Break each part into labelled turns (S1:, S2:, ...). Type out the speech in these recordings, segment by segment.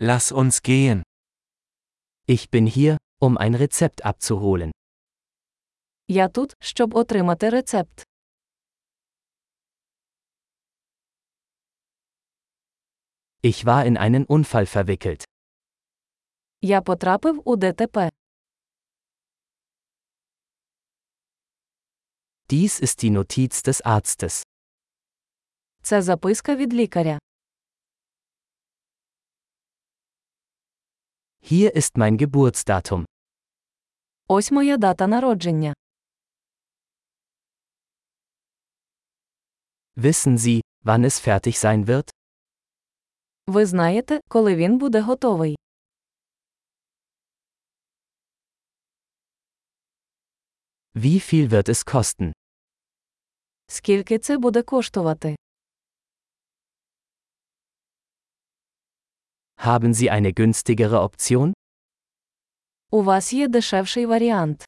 S1: Lass uns gehen.
S2: Ich bin hier, um ein Rezept abzuholen.
S3: Я тут, щоб отримати рецепт.
S2: Ich war in einen Unfall verwickelt.
S3: Я потрапив у ДТП.
S2: Dies ist die Notiz des Arztes.
S3: Це записка від лікаря.
S2: Hier ist mein Geburtsdatum.
S3: Ось моя дата народження.
S2: Wissen Sie, wann es fertig sein wird?
S3: Ви знаєте, коли він буде готовий.
S2: Wie viel wird es kosten?
S3: Скільки це буде коштувати?
S2: Haben Sie eine günstigere Option?
S3: У вас є дешевший варіант.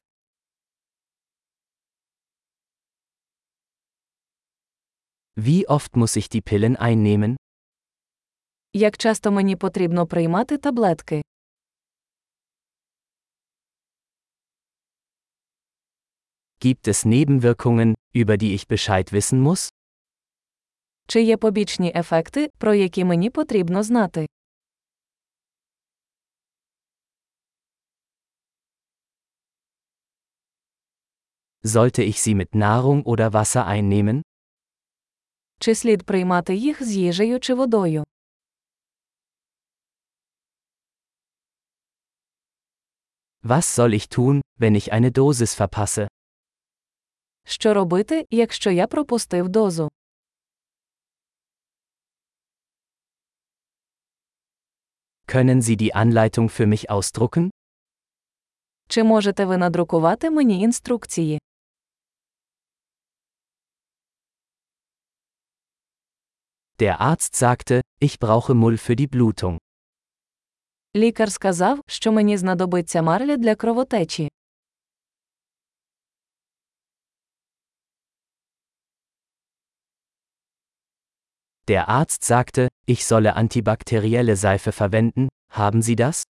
S2: Wie oft muss ich die Pillen einnehmen?
S3: Як часто мені потрібно приймати таблетки?
S2: Gibt es Nebenwirkungen, über die ich Bescheid wissen muss?
S3: Чи є побічні ефекти, про які мені потрібно знати?
S2: Sollte ich sie mit Nahrung oder Wasser einnehmen?
S3: Чи слід приймати їх з їжею чи водою?
S2: Was soll ich tun, wenn ich eine Dosis verpasse?
S3: Що робити, якщо я пропустив дозу?
S2: Können Sie die Anleitung für mich ausdrucken?
S3: Чи можете ви надрукувати мені інструкції?
S2: Der Arzt sagte, ich brauche Mull für die Blutung.
S3: Лікар сказав, що мені знадобиться марля для кровотечі.
S2: Der Arzt sagte, ich solle antibakterielle Seife verwenden, haben Sie das?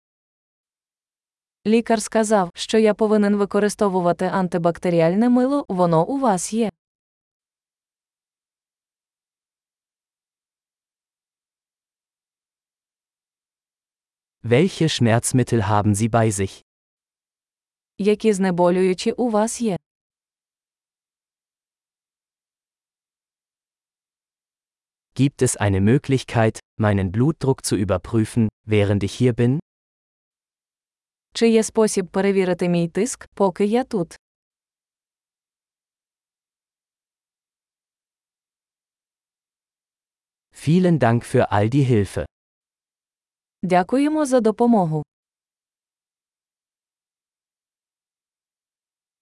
S3: Лікар сказав, що я повинен використовувати антибактеріальне мило, воно у вас є.
S2: Welche Schmerzmittel haben Sie bei sich?
S3: Які знеболюючі у вас є?
S2: Gibt es eine Möglichkeit, meinen Blutdruck zu überprüfen, während ich hier bin?
S3: Чи є спосіб перевірити мій тиск, поки я тут?
S2: Vielen Dank für all die Hilfe.
S3: Дякуємо за допомогу.